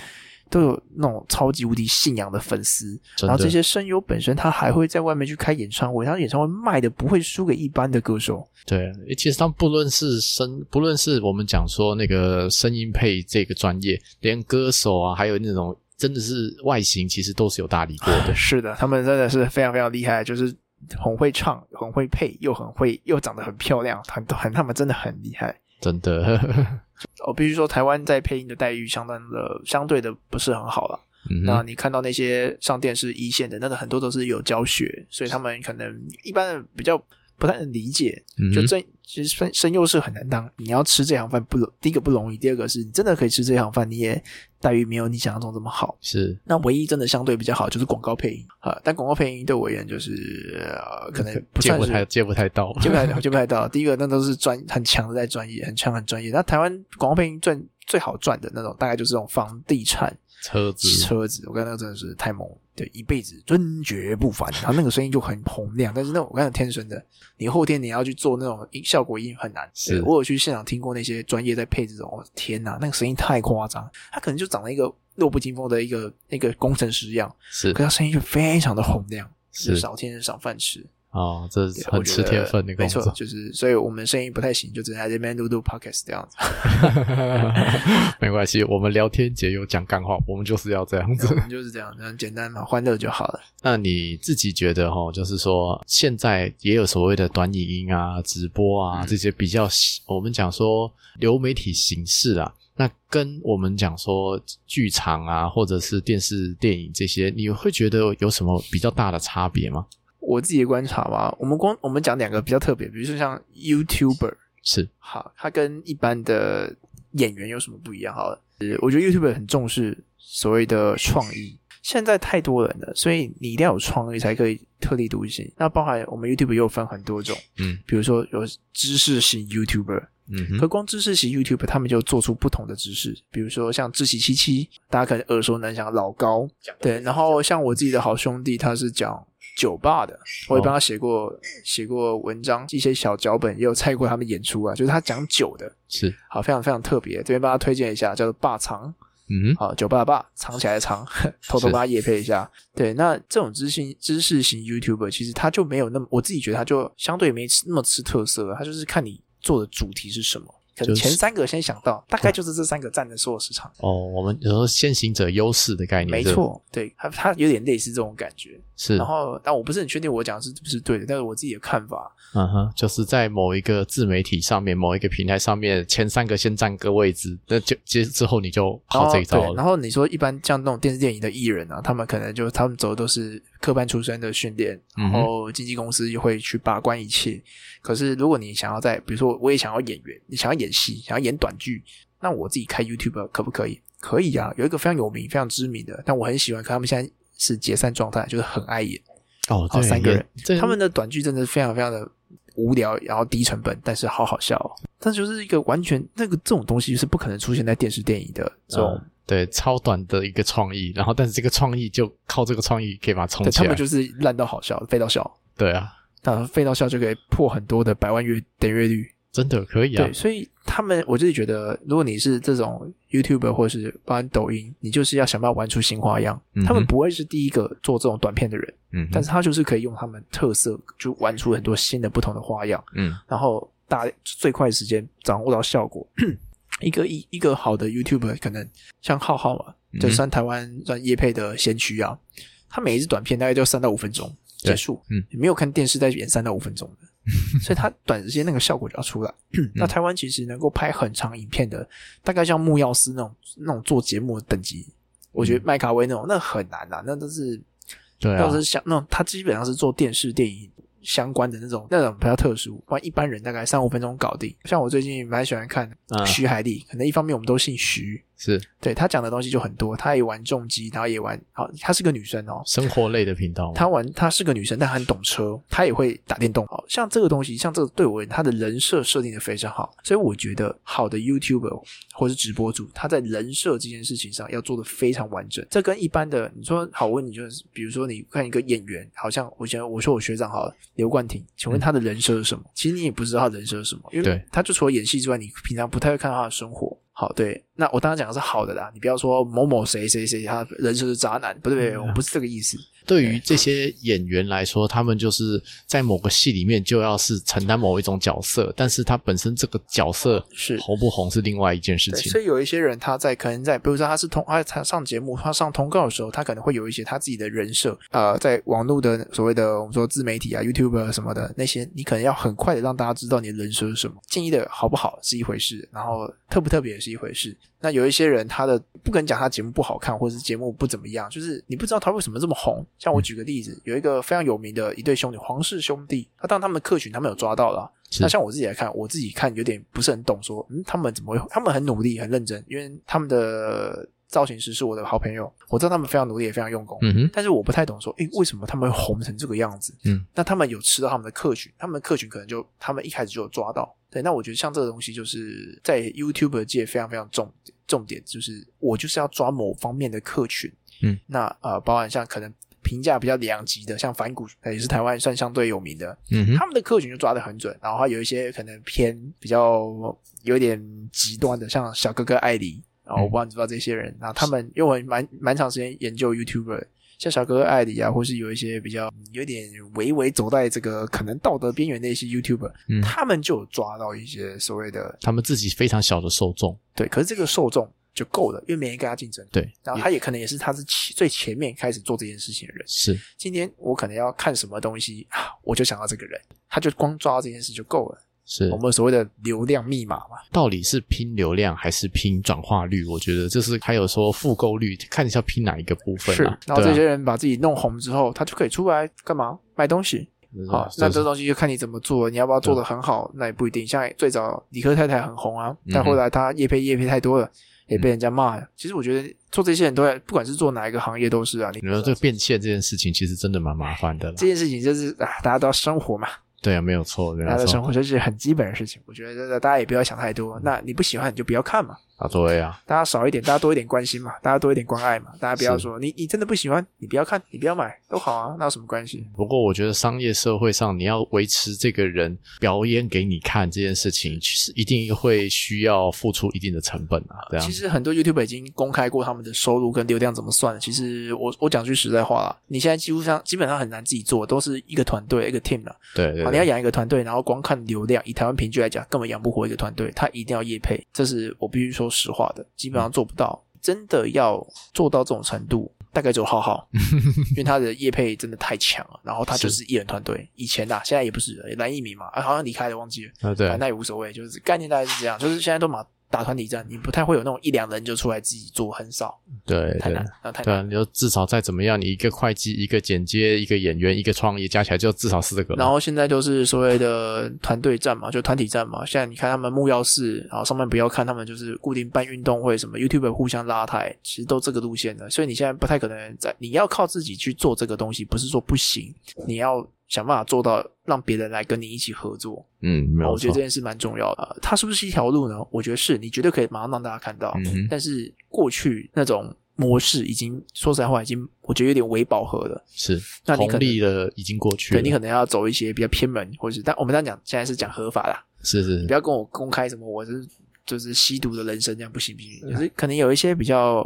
B: 都有那种超级无敌信仰的粉丝。
A: 真的
B: 然后这些声优本身，他还会在外面去开演唱会，他演唱会卖的不会输给一般的歌手。。
A: 对，诶其实他们不论是声，不论是我们讲说那个声音配这个专业，连歌手啊，还有那种真的是外形，其实都是有大理过的
B: 是的，他们真的是非常非常厉害，就是很会唱，很会配，又很会，又长得很漂亮，很很他们真的很厉害。
A: 真的。
B: 我必须说，台湾在配音的待遇相当的相对的不是很好了。
A: 嗯
B: 那
A: 哼，
B: 你看到那些上电视一线的，那个很多都是有教学，所以他们可能一般人比较不太能理解。
A: 嗯
B: 就
A: 哼
B: 真其实声声优是很难当，你要吃这行饭不容，第一个不容易，第二个是你真的可以吃这行饭，你也待遇没有你想象中这么好。
A: 是
B: 那唯一真的相对比较好就是广告配音啊，但广告配音对我而言就是、呃、可能不
A: 接
B: 算
A: 不
B: 是
A: 太接不太到。
B: 接不太到，接不太到。第一个那都是专很强的在专业，很强很专业。那台湾广告配音赚最好赚的那种，大概就是这种房地产
A: 车子
B: 车子，我刚才那个真的是太猛了，对，一辈子尊爵不凡。他那个声音就很洪亮，但是那种我刚才天生的，你后天你要去做那种音效果音很难。
A: 是
B: 对我有去现场听过那些专业在配这种，哦天哪，那个声音太夸张，他可能就长了一个弱不禁风的一个那个工程师样，
A: 是
B: 可他声音就非常的洪亮，就是少天人赏饭吃。
A: 哦，这
B: 对
A: 很
B: 我觉
A: 吃
B: 得
A: 天分的工
B: 没错，
A: 作，
B: 就是所以我们声音不太行，就只能在这边录录 podcast 这样 子。
A: 没关系。我们聊天节有讲干话，我们就是要这样
B: 我
A: 子。
B: 们就是这样，这样简单嘛，欢乐就好了。
A: 那你自己觉得哈，就是说现在也有所谓的短影音啊、直播啊
B: 嗯
A: 这些比较，我们讲说流媒体形式啊。
D: 那跟我们讲说剧场啊，或者是电视、电影这些，你会觉得有什么比较大的差别吗？
B: 我自己的观察吧，我们光我们讲两个比较特别，比如说像 YouTuber，
D: 是
B: 好，他跟一般的演员有什么不一样？好了，呃我觉得 YouTuber 很重视所谓的创意。现在太多人了，所以你一定要有创意才可以特立独行。那包含我们 YouTube 也有分很多种，
D: 嗯
B: 比如说有知识型 YouTuber，
D: 嗯
B: 可光知识型 YouTube 他们就做出不同的知识，比如说像知识七七，大家可能耳熟能详，老高对，然后像我自己的好兄弟，他是讲酒吧的，我也帮他写过、写过文章，一些小脚本也有参与过他们演出啊，就是他讲酒的，
D: 是
B: 好，非常非常特别，这边帮他推荐一下，叫做霸藏，
D: 嗯
B: 好，酒吧的霸藏起来的藏， 偷偷帮他夜配一下。对，那这种知性知识型 YouTuber 其实他就没有那么，我自己觉得他就相对没那么吃特色了，他就是看你做的主题是什么。可能
D: 就是
B: 前三个先想到，大概就是这三个占的所有市场，
D: 哦，我们有时候先行者优势的概念，
B: 没
D: 这
B: 错，对，他他有点类似这种感觉。
D: 是
B: 然后，但我不是很确定我讲的是不是对的，但是我自己的看法，
D: 嗯哼，就是在某一个自媒体上面、某一个平台上面，前三个先占个位置，那就接之后你就
B: 然
D: 靠
B: 后
D: 这一招
B: 对然
D: 了。
B: 后你说一般像那种电视电影的艺人啊，他们可能就他们走的都是科班出身的训练，
D: 嗯
B: 然
D: 哼
B: 后经纪公司就会去把关一切。可是如果你想要在，比如说我也想要演员，你想要演戏，想要演短剧，那我自己开 YouTube 可不可以？可以啊，有一个非常有名、非常知名的，但我很喜欢，可他们现在是解散状态，就是很爱演。
D: 哦，
B: 好
D: 对
B: 三个人，
D: 也这
B: 他们的短剧真的非常非常的无聊，然后低成本，但是好好笑、哦。但就是一个完全那个这种东西是不可能出现在电视电影的这种，
D: 嗯对超短的一个创意，然后但是这个创意就靠这个创意可以把它冲
B: 对
D: 起
B: 他
D: 来
B: 们。就是烂到好笑，废到笑，
D: 对啊，
B: 那废到笑就可以破很多的百万阅点阅率。
D: 真的可以啊
B: 对，。所以他们我自己觉得，如果你是这种 YouTube 或是包含抖音，你就是要想办法玩出新花样。
D: 嗯哼
B: 他们不会是第一个做这种短片的人，
D: 嗯哼，
B: 但是他就是可以用他们特色，就玩出很多新的不同的花样。
D: 嗯
B: 然后大最快时间掌握到效果。一个一一个好的 YouTube 可能像浩浩嘛，就
D: 嗯
B: 算台湾算业配的先驱啊，他每一支短片大概就三到五分钟
D: 对
B: 结束，
D: 嗯，
B: 没有看电视在演三到五分钟的， 所以他短时间那个效果就要出来。
D: 嗯
B: 那台湾其实能够拍很长影片的，大概像木曜司那种那种做节目的等级，
D: 嗯
B: 我觉得麦卡威那种那很难啊，那都是
D: 对啊
B: 要，是像那种，他基本上是做电视、电影相关的那种，那种比较特殊，不然一般人大概三五分钟搞定。像我最近蛮喜欢看
D: 嗯
B: 徐海丽，可能一方面我们都姓徐，
D: 是
B: 对他讲的东西就很多，他也玩重机，然后也玩，好，她是个女生哦。
D: 生活类的频道嘛。
B: 她玩，她是个女生，但很懂车，她也会打电动。好像这个东西，像这个对我，她的人设设定的非常好，所以我觉得好的 YouTuber 或是直播主，他在人设这件事情上要做的非常完整。这跟一般的你说好，我问你就是，比如说你看一个演员，好像我前我说我学长好了，刘冠廷，请问他的人设是什么？其实你也不知道他的人设是什么，因
D: 对
B: 为他就除了演戏之外，你平常不太会看到他的生活。好，对，那我当然讲的是好的啦，你不要说某某谁谁谁，他人设是渣男，不对不对，我不是这个意思。
D: 对于这些演员来说，他们就是在某个戏里面就要是承担某一种角色，但是他本身这个角色
B: 是
D: 红不红是另外一件事
B: 对，
D: 情
B: 所。以有一些人他在可能在，比如说他是通他他上节目，他上通告的时候，他可能会有一些他自己的人设，呃，在网络的所谓的我们说自媒体啊、YouTube 什么的那些，你可能要很快的让大家知道你的人设是什么。建议的好不好是一回事，然后特不特别也是一回事。那有一些人他的不跟你讲他节目不好看，或者是节目不怎么样，就是你不知道他为什么这么红。像我举个例子，有一个非常有名的一对兄弟，黄氏兄弟，他当他们客群他们有抓到了啊，
D: 是
B: 那像我自己来看，我自己看有点不是很懂说，嗯，他们怎么会？他们很努力，很认真，因为他们的造型师是我的好朋友，我知道他们非常努力，也非常用功。
D: 嗯哼，
B: 但是我不太懂说，诶，为什么他们会红成这个样子？
D: 嗯，
B: 那他们有吃到他们的客群，他们的客群可能就他们一开始就有抓到。对，那我觉得像这个东西，就是在 YouTube 界非常非常重重点，就是我就是要抓某方面的客群。
D: 嗯，
B: 那呃，包含像可能评价比较两极的，像反骨呃也是台湾算相对有名的，
D: 嗯哼，
B: 他们的客群就抓得很准，然后还有一些可能偏比较有点极端的，像小哥哥艾迪，然后我不知道你知不知道这些人，然后他们因为我蛮蛮长时间研究 YouTuber，像小哥哥艾迪啊，或是有一些比较嗯有点微微走在这个可能道德边缘的一些 YouTuber，、
D: 嗯
B: 他们就有抓到一些所谓的
D: 他们自己非常小的受众，
B: 对，可是这个受众就够了，因为没人跟他竞争，
D: 对，
B: 然后他也可能也是他是起最前面开始做这件事情的人，
D: 是
B: 今天我可能要看什么东西啊，我就想到这个人，他就光抓到这件事就够了。
A: 是
B: 我们所谓的流量密码嘛。
A: 到底是拼流量还是拼转化率？我觉得这是还有说复购率，看你是要拼哪一个部分啊？
B: 然后
A: 对
B: 这
A: 啊
B: 些人把自己弄红之后，他就可以出来干嘛？卖东西。
A: 啊
B: 好，那这东西就看你怎么做，你要不要做的很好，那也不一定。像最早理科太太很红啊，
A: 嗯
B: 但后来她叶配叶配太多了，也被人家骂了。其实我觉得做这些人都要，不管是做哪一个行业都是啊。你
A: 你说这个变现这件事情，其实真的蛮麻烦的啦。
B: 这件事情就是啊，大家都要生活嘛，
A: 对啊，没有错，没
B: 大家
A: 有
B: 的生
A: 错
B: 活这是很基本的事情。我觉得大家也不要想太多，那你不喜欢你就不要看嘛，
A: 啊，对啊，
B: 大家少一点，大家多一点关心嘛，大家多一点关爱嘛，大家不要
A: 是
B: 说你你真的不喜欢，你不要看，你不要买都好啊，那有什么关系？
A: 不过我觉得商业社会上，你要维持这个人表演给你看这件事情，其实一定会需要付出一定的成本啊。这样
B: 其实很多 YouTube 已经公开过他们的收入跟流量怎么算了。其实我我讲句实在话啦，你现在几乎上基本上很难自己做，都是一个团队一个 team 啦。
A: 对对
B: 啊，你要
A: 对，
B: 养一个团队，然后光看流量，以台湾平均来讲，根本养不活一个团队，他一定要业配，这是我必须说实话的，基
A: 嗯
B: 本上做不到。真的要做到这种程度，大概只有浩浩，因为他的业配真的太强了，然后他就是艺人团队，以前呐、现在也不是蓝一鸣嘛，啊，好像离开了，忘记了。
A: 啊对
B: 啊，那也无所谓，就是概念大概是这样，就是现在都嘛打团体战，你不太会有那种一两人就出来自己做，很少，
A: 对
B: 太
A: 对
B: 难，那太
A: 对啊，
B: 难。
A: 你就至少再怎么样，你一个会计、一个剪接、一个演员、一个创业，加起来就至少四个了。
B: 然后现在就是所谓的团队战嘛，就团体战嘛。现在你看他们木曜室，然后上班不要看，他们就是固定办运动会，什么 YouTube 互相拉抬，其实都这个路线的。所以你现在不太可能在，你要靠自己去做这个东西，不是说不行，你要想办法做到让别人来跟你一起合作。
A: 嗯，没有
B: 啊我觉得
A: 错
B: 这，件事蛮重要的。呃它是不是一条路呢？我觉得是，你绝对可以马上让大家看到。
A: 嗯哼
B: 但是过去那种模式已经说实在话，已经我觉得有点微饱和了。
A: 是
B: 那你
A: 红
B: 可能
A: 利的已经过去了，
B: 对你可能要走一些比较偏门，或者是但我们这样讲，现在是讲合法啦，
A: 是是
B: 你
A: 是
B: 不要跟我公开什么我是就是吸毒的人生这样不行不行，就是可能有一些比较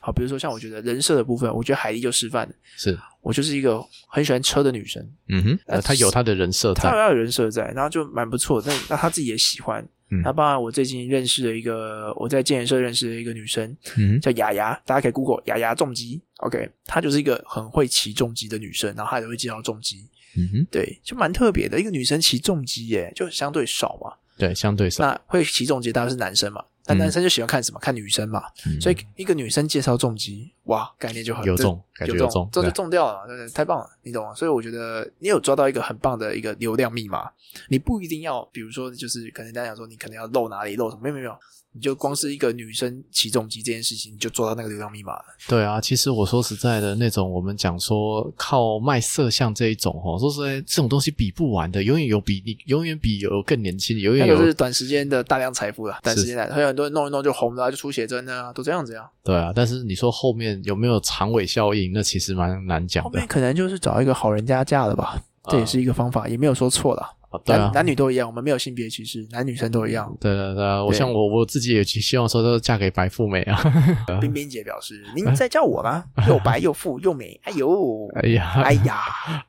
B: 好，比如说像我觉得人设的部分，我觉得海莉就示范了，
A: 是，
B: 我就是一个很喜欢车的女生，
A: 嗯哼，
B: 呃
A: 呃他有他的人设
B: 他
A: 在，
B: 要有人设在，然后就蛮不错。那那他自己也喜欢。
A: 嗯
B: 那包含我最近认识了一个，我在健身社认识了一个女生，
A: 嗯哼，
B: 叫雅雅，大家可以 Google 雅雅重击。OK，她就是一个很会骑重击的女生，然后她也会介绍重击，
A: 嗯哼，
B: 对，就蛮特别的。一个女生骑重击耶，就相对少嘛。
A: 对，相对少，
B: 那会骑重击当然是男生嘛，那
A: 嗯
B: 男生就喜欢看什么？看女生嘛。
A: 嗯
B: 所以一个女生介绍重击，哇，概念就很
A: 有中感觉
B: 有
A: 有
B: 中
A: 中，
B: 这就
A: 对
B: 中掉了嘛，对不对？太棒了，你懂吗？所以我觉得你有抓到一个很棒的一个流量密码，你不一定要，比如说就是可能大家讲说你可能要露哪里露什么，没有没有没有，你就光是一个女生起重机这件事情，你就抓到那个流量密码了。
A: 对啊，其实我说实在的，那种我们讲说靠卖色相这一种哦，说实在这种东西比不完的，永远有比你，永远比有更年轻，永
B: 那
A: 远
B: 个是
A: 有
B: 短时间的大量财富了，短时间来，还有很多人弄一弄就红了啊，就出血针啊，都这样子呀。
A: 对啊，但是你说后面有没有长尾效应，那其实蛮难讲
B: 后
A: 的嗯
B: 面，可能就是找一个好人家嫁了吧，这也是一个方法，也没有说错啦。
A: 啊对啊
B: 男，男女都一样，我们没有性别歧视，男女生都一样。
A: 对对对啊，我
B: 对
A: 像我我自己也希望说都嫁给白富美啊。
B: 冰冰姐表示：“您在叫我吗？又白又富又美，哎呦，
A: 哎呀，
B: 哎
A: 哎
B: 呀，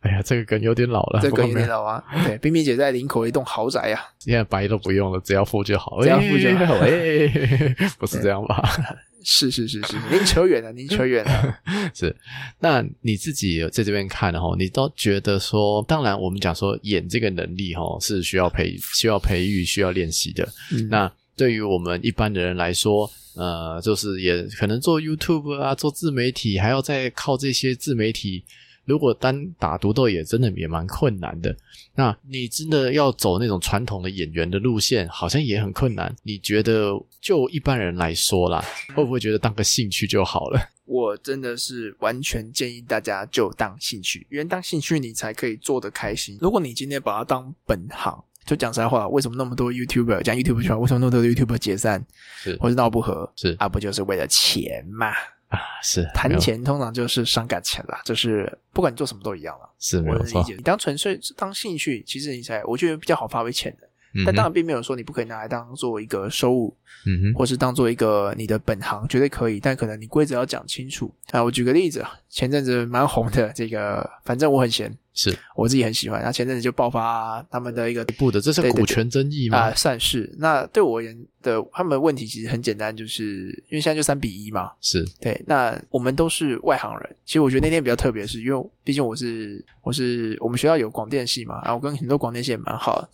A: 呀，这个梗有点老了，
B: 这
A: 不
B: 个
A: 过
B: 你
A: 没
B: 知
A: 有
B: 道吗？对，冰冰姐在林口一栋豪宅啊呀、
A: 现在白都不用了，只要付就好，
B: 只要付就好
A: 哎，哎不是这样吧？
B: 是是是是，您扯远了，您扯远了。
A: 那你自己有在这边看哈，你都觉得说，当然我们讲说演这个能力哈是需要培需要培育需要练习的，
B: 嗯
A: 那对于我们一般的人来说，呃，就是也可能做 YouTube 啊，做自媒体，还要再靠这些自媒体。如果单打独斗也真的也蛮困难的。那你真的要走那种传统的演员的路线，好像也很困难。你觉得就一般人来说啦，会不会觉得当个兴趣就好了？
B: 我真的是完全建议大家就当兴趣，因为当兴趣你才可以做得开心。如果你今天把它当本行，就讲实在话，为什么那么多 YouTuber 讲 YouTube 圈，为什么那么多 YouTuber 解散
A: 是
B: 或是闹不和？
A: 是
B: 啊，不就是为了钱嘛？
A: 啊，是没
B: 谈
A: 有
B: 钱通常就是伤感情啦，就是不管你做什么都一样啦。
A: 是没
B: 我
A: 有
B: 的理
A: 错。
B: 解，你当纯粹是当兴趣，其实你才我觉得比较好发挥潜能。
A: 嗯
B: 但
A: 哼
B: 当然并没有说你不可以拿来当做一个收入，
A: 嗯哼，
B: 或是当做一个你的本行，绝对可以。但可能你规则要讲清楚啊。我举个例子啊，前阵子蛮红的这个，反正我很闲，
A: 是
B: 我自己很喜欢。然后前阵子就爆发他们的一个
A: 不的，这是
B: 对对
A: 股
B: 对
A: 权争议
B: 啊、
A: 吗？
B: 算是。那对我而言，的他们的问题其实很简单，就是因为现在就三比一嘛，
A: 是
B: 对，那我们都是外行人。其实我觉得那天比较特别，是因为毕竟我是我是我们学校有广电系嘛，然后我跟很多广电系也蛮好的，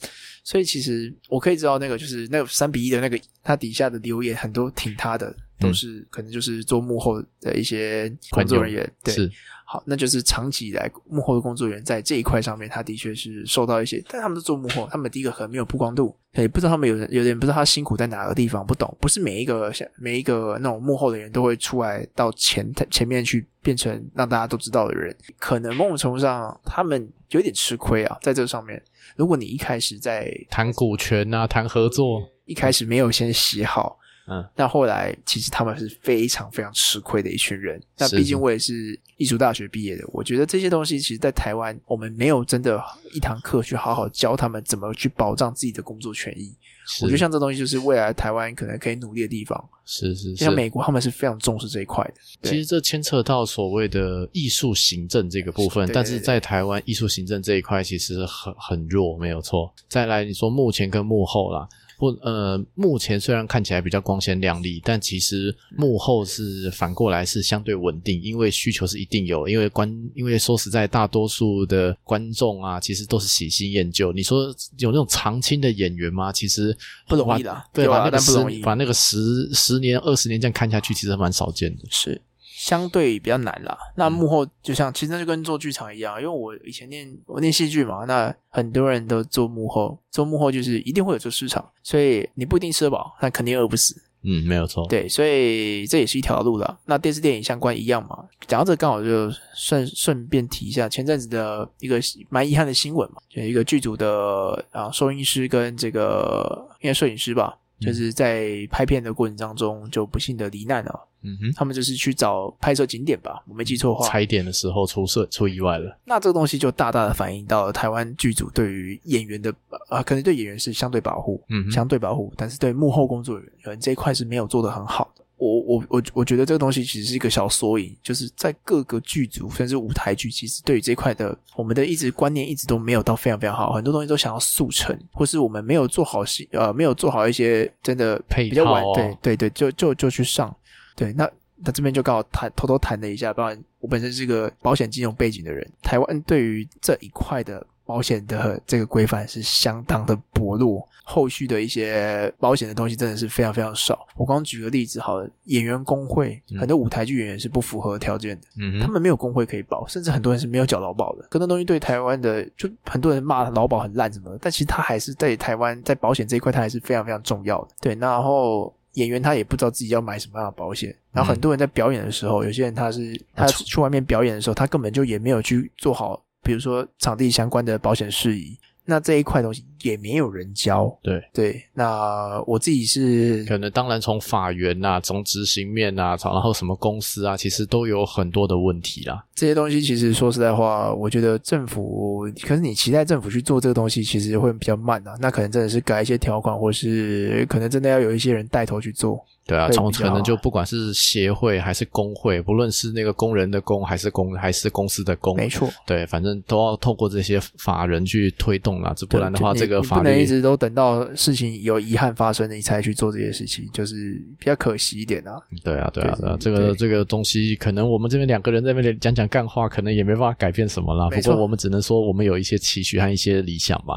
B: 所以其实我可以知道那个就是那三比一的那个他底下的留言很多挺他的，都是、可能就是做幕后的一些工作人员。对，
A: 是
B: 好，那就是长期以来幕后的工作人员在这一块上面，他的确是受到一些，但他们是做幕后，他们第一个可能没有曝光度，也不知道他们有人有点不知道他辛苦在哪个地方，不懂，不是每一个像每一个那种幕后的人都会出来到前台前面去变成让大家都知道的人，可能某种程度上他们有点吃亏啊，在这上面，如果你一开始在
A: 谈股权啊，谈合作，
B: 一开始没有先写好，
A: 嗯，
B: 那后来其实他们是非常非常吃亏的一群人。那
A: 是
B: 毕竟我也是艺术大学毕业的，我觉得这些东西其实，在台湾我们没有真的一堂课去好好教他们怎么去保障自己的工作权益。
A: 是
B: 我觉得像这东西就是未来台湾可能可以努力的地方。
A: 是是
B: 像
A: 是，
B: 美国他们是非常重视这一块的。对
A: 其实这牵扯到所谓的艺术行政这个部分，
B: 对对
A: 但是在台湾艺术行政这一块其实很很弱，没有错。再来，你说幕前跟幕后啦。不，呃，目前虽然看起来比较光鲜亮丽，但其实幕后是反过来是相对稳定，因为需求是一定有，因为观，因为说实在，大多数的观众啊，其实都是喜新厌旧。你说有那种常青的演员吗？其实
B: 不容
A: 把
B: 易啦
A: 对，
B: 有啊
A: 把那个
B: 但不
A: 十
B: 容易
A: 把那个十十年、二十年这样看下去，其实蛮少见的。
B: 是相对比较难啦。那幕后就像其实那就跟做剧场一样，因为我以前念我念戏剧嘛，那很多人都做幕后，做幕后就是一定会有这市场，所以你不一定吃得饱，但肯定饿不死。
A: 嗯，没有错。
B: 对，所以这也是一条路了。那电视电影相关一样嘛。讲到这，刚好就顺顺便提一下，前阵子的一个蛮遗憾的新闻嘛，就一个剧组的啊收音师跟这个应该摄影师吧，就是在拍片的过程当中就不幸的罹难了。
A: 嗯哼，
B: 他们就是去找拍摄景点吧，我没记错的话。
A: 踩点的时候出事出意外了。
B: 那这个东西就大大的反映到了台湾剧组对于演员的啊、可能对演员是相对保护，
A: 嗯哼
B: 相对保护，但是对幕后工作人员这一块是没有做得很好的。我我我我觉得这个东西其实是一个小缩影，就是在各个剧组甚至舞台剧，其实对于这一块的我们的一直观念一直都没有到非常非常好，很多东西都想要速成，或是我们没有做好戏呃没有做好一些真的
A: 配
B: 比较
A: 套
B: 晚，
A: 哦
B: 对对对，就就就去上，对那。那这边就刚好谈偷偷谈了一下，不然我本身是个保险金融背景的人，台湾对于这一块的保险的这个规范是相当的薄弱，后续的一些保险的东西真的是非常非常少。我刚举个例子好了，演员工会
A: 嗯
B: 很多舞台剧演员是不符合条件的，
A: 嗯
B: 他
A: 哼，
B: 们没有工会可以保，甚至很多人是没有缴劳保的。可那东西对台湾的，就很多人骂劳保很烂什么的，但其实他还是在台湾在保险这一块，他还是非常非常重要的。对，然后演员他也不知道自己要买什么样的保险，然后很多人在表演的时候，有些人他是他
A: 出
B: 去外面表演的时候，他根本就也没有去做好，比如说场地相关的保险事宜。那这一块东西也没有人教，
A: 对
B: 对。那我自己是
A: 可能当然从法源呐、从执行面呐、从然后什么公司啊，其实都有很多的问题啦。
B: 这些东西其实说实在话，我觉得政府，可是你期待政府去做这个东西，其实会比较慢啊。那可能真的是改一些条款，或是可能真的要有一些人带头去做。
A: 对啊，
B: 会比较
A: 从可能就不管是协会还是工会，不论是那个工人的工还是公还是公司的公，
B: 没错，
A: 对，反正都要透过这些法人去推动啦，这不然的话，
B: 对
A: 这
B: 就
A: 个
B: 你
A: 法
B: 你不能
A: 律
B: 一直都等到事情有遗憾发生，你才去做这些事情，就是比较可惜一点啊。
A: 对啊，对啊，
B: 对
A: 对啊，这
B: 对
A: 个这个东西，可能我们这边两个人在那边讲讲干话，可能也没办法改变什么啦。不
B: 没错
A: 过我们只能说，我们有一些期许和一些理想嘛。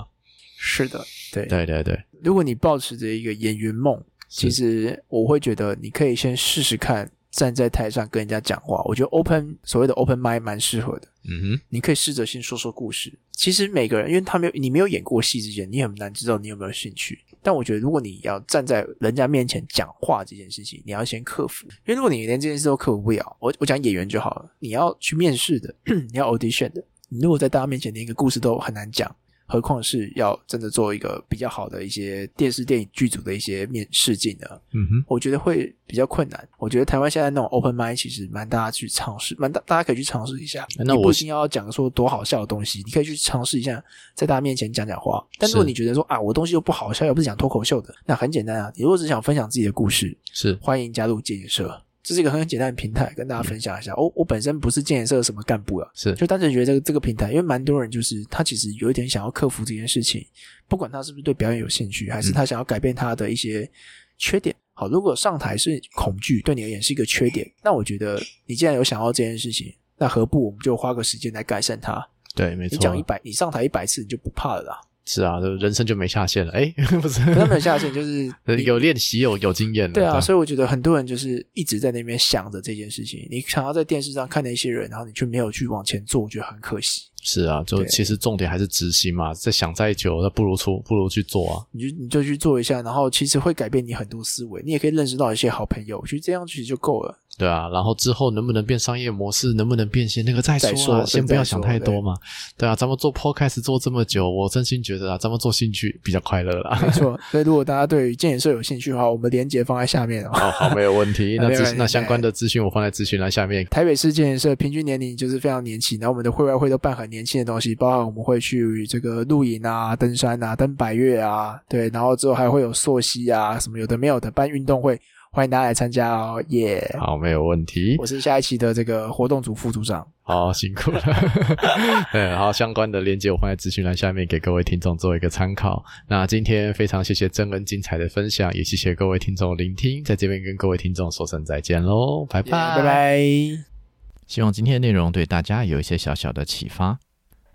B: 是的，对。
A: 对对对，
B: 如果你抱持着一个演员梦，其实我会觉得你可以先试试看，站在台上跟人家讲话。我觉得 open 所谓的 open mind 蛮适合的。
A: 嗯哼，
B: 你可以试着先说说故事。其实每个人，因为他没有你没有演过戏之前，你很难知道你有没有兴趣。但我觉得，如果你要站在人家面前讲话这件事情，你要先克服。因为如果你连这件事都克服不了，我我讲演员就好了，你要去面试的， 你要 audition 的，你如果在大家面前连一个故事都很难讲，何况是要真的做一个比较好的一些电视电影剧组的一些面试镜呢？
A: 嗯哼，
B: 我觉得会比较困难。我觉得台湾现在那种 open mind 其实蛮大家去尝试，蛮大大家可以去尝试一下。
A: 哎那
B: 你
A: 我
B: 不一定要讲说多好笑的东西，你可以去尝试一下，在大家面前讲讲话。但如果
A: 是
B: 你觉得说啊，我东西又不好笑，又不是讲脱口秀的，那很简单啊。你如果只想分享自己的故事，
A: 是
B: 欢迎加入建言社，这是一个很简单的平台，跟大家分享一下。哦我、我本身不是建言社的什么干部啊，
A: 是
B: 就单纯觉得这个这个平台，因为蛮多人就是他其实有一点想要克服这件事情，不管他是不是对表演有兴趣，还是他想要改变他的一些缺点。好，如果上台是恐惧，对你而言是一个缺点，那我觉得你既然有想到这件事情，那何不我们就花个时间来改善它？
A: 对，没
B: 你
A: 错，
B: 讲一百，你上台一百次，你就不怕了啦。
A: 是啊，就人生就没下限了。哎， 不是，
B: 可他们有下线就是
A: 呃
B: 你
A: 有练习，有有经验了。
B: 对啊，
A: 吧
B: 所以我觉得很多人就是一直在那边想着这件事情。你想要在电视上看的一些人，然后你却没有去往前做，我觉得很可惜。
A: 是啊，就
B: 对
A: 其实重点还是执行嘛。这想再久，那不如出，不如去做啊。
B: 你就你就去做一下，然后其实会改变你很多思维，你也可以认识到一些好朋友，其实这样其实就够了。
A: 对啊，然后之后能不能变商业模式，能不能变现，那个再说
B: 再
A: 啊，
B: 说
A: 先
B: 对
A: 不要
B: 再
A: 想
B: 说
A: 太
B: 对
A: 多嘛。对啊，咱们做 podcast 做这么久，我真心觉得啊，咱们做兴趣比较快乐啦。
B: 没错，所以如果大家对于健身有兴趣的话，我们连接放在下面哦。
A: 哦， 好，没有问题。 那
B: 没有
A: 资
B: 问题
A: 那相关的资讯我放在资讯栏下面。
B: 台北市健身社平均年龄就是非常年轻，然后我们的会外会都办很年轻的东西，包含我们会去这个露营啊、登山啊、登百越啊，对，然后之后还会有溯溪啊，什么有的没有的办运动会，欢迎大家来参加哦，耶、
A: 好，没有问题。
B: 我是下一期的这个活动组副组长，
A: 好，辛苦 了。嗯，好，相关的链接我放在资讯栏下面，给各位听众做一个参考。那今天非常谢谢真恩精彩的分享，也谢谢各位听众的聆听，在这边跟各位听众说声再见喽，拜拜，
B: 拜拜。
E: 希望今天的内容对大家有一些小小的启发。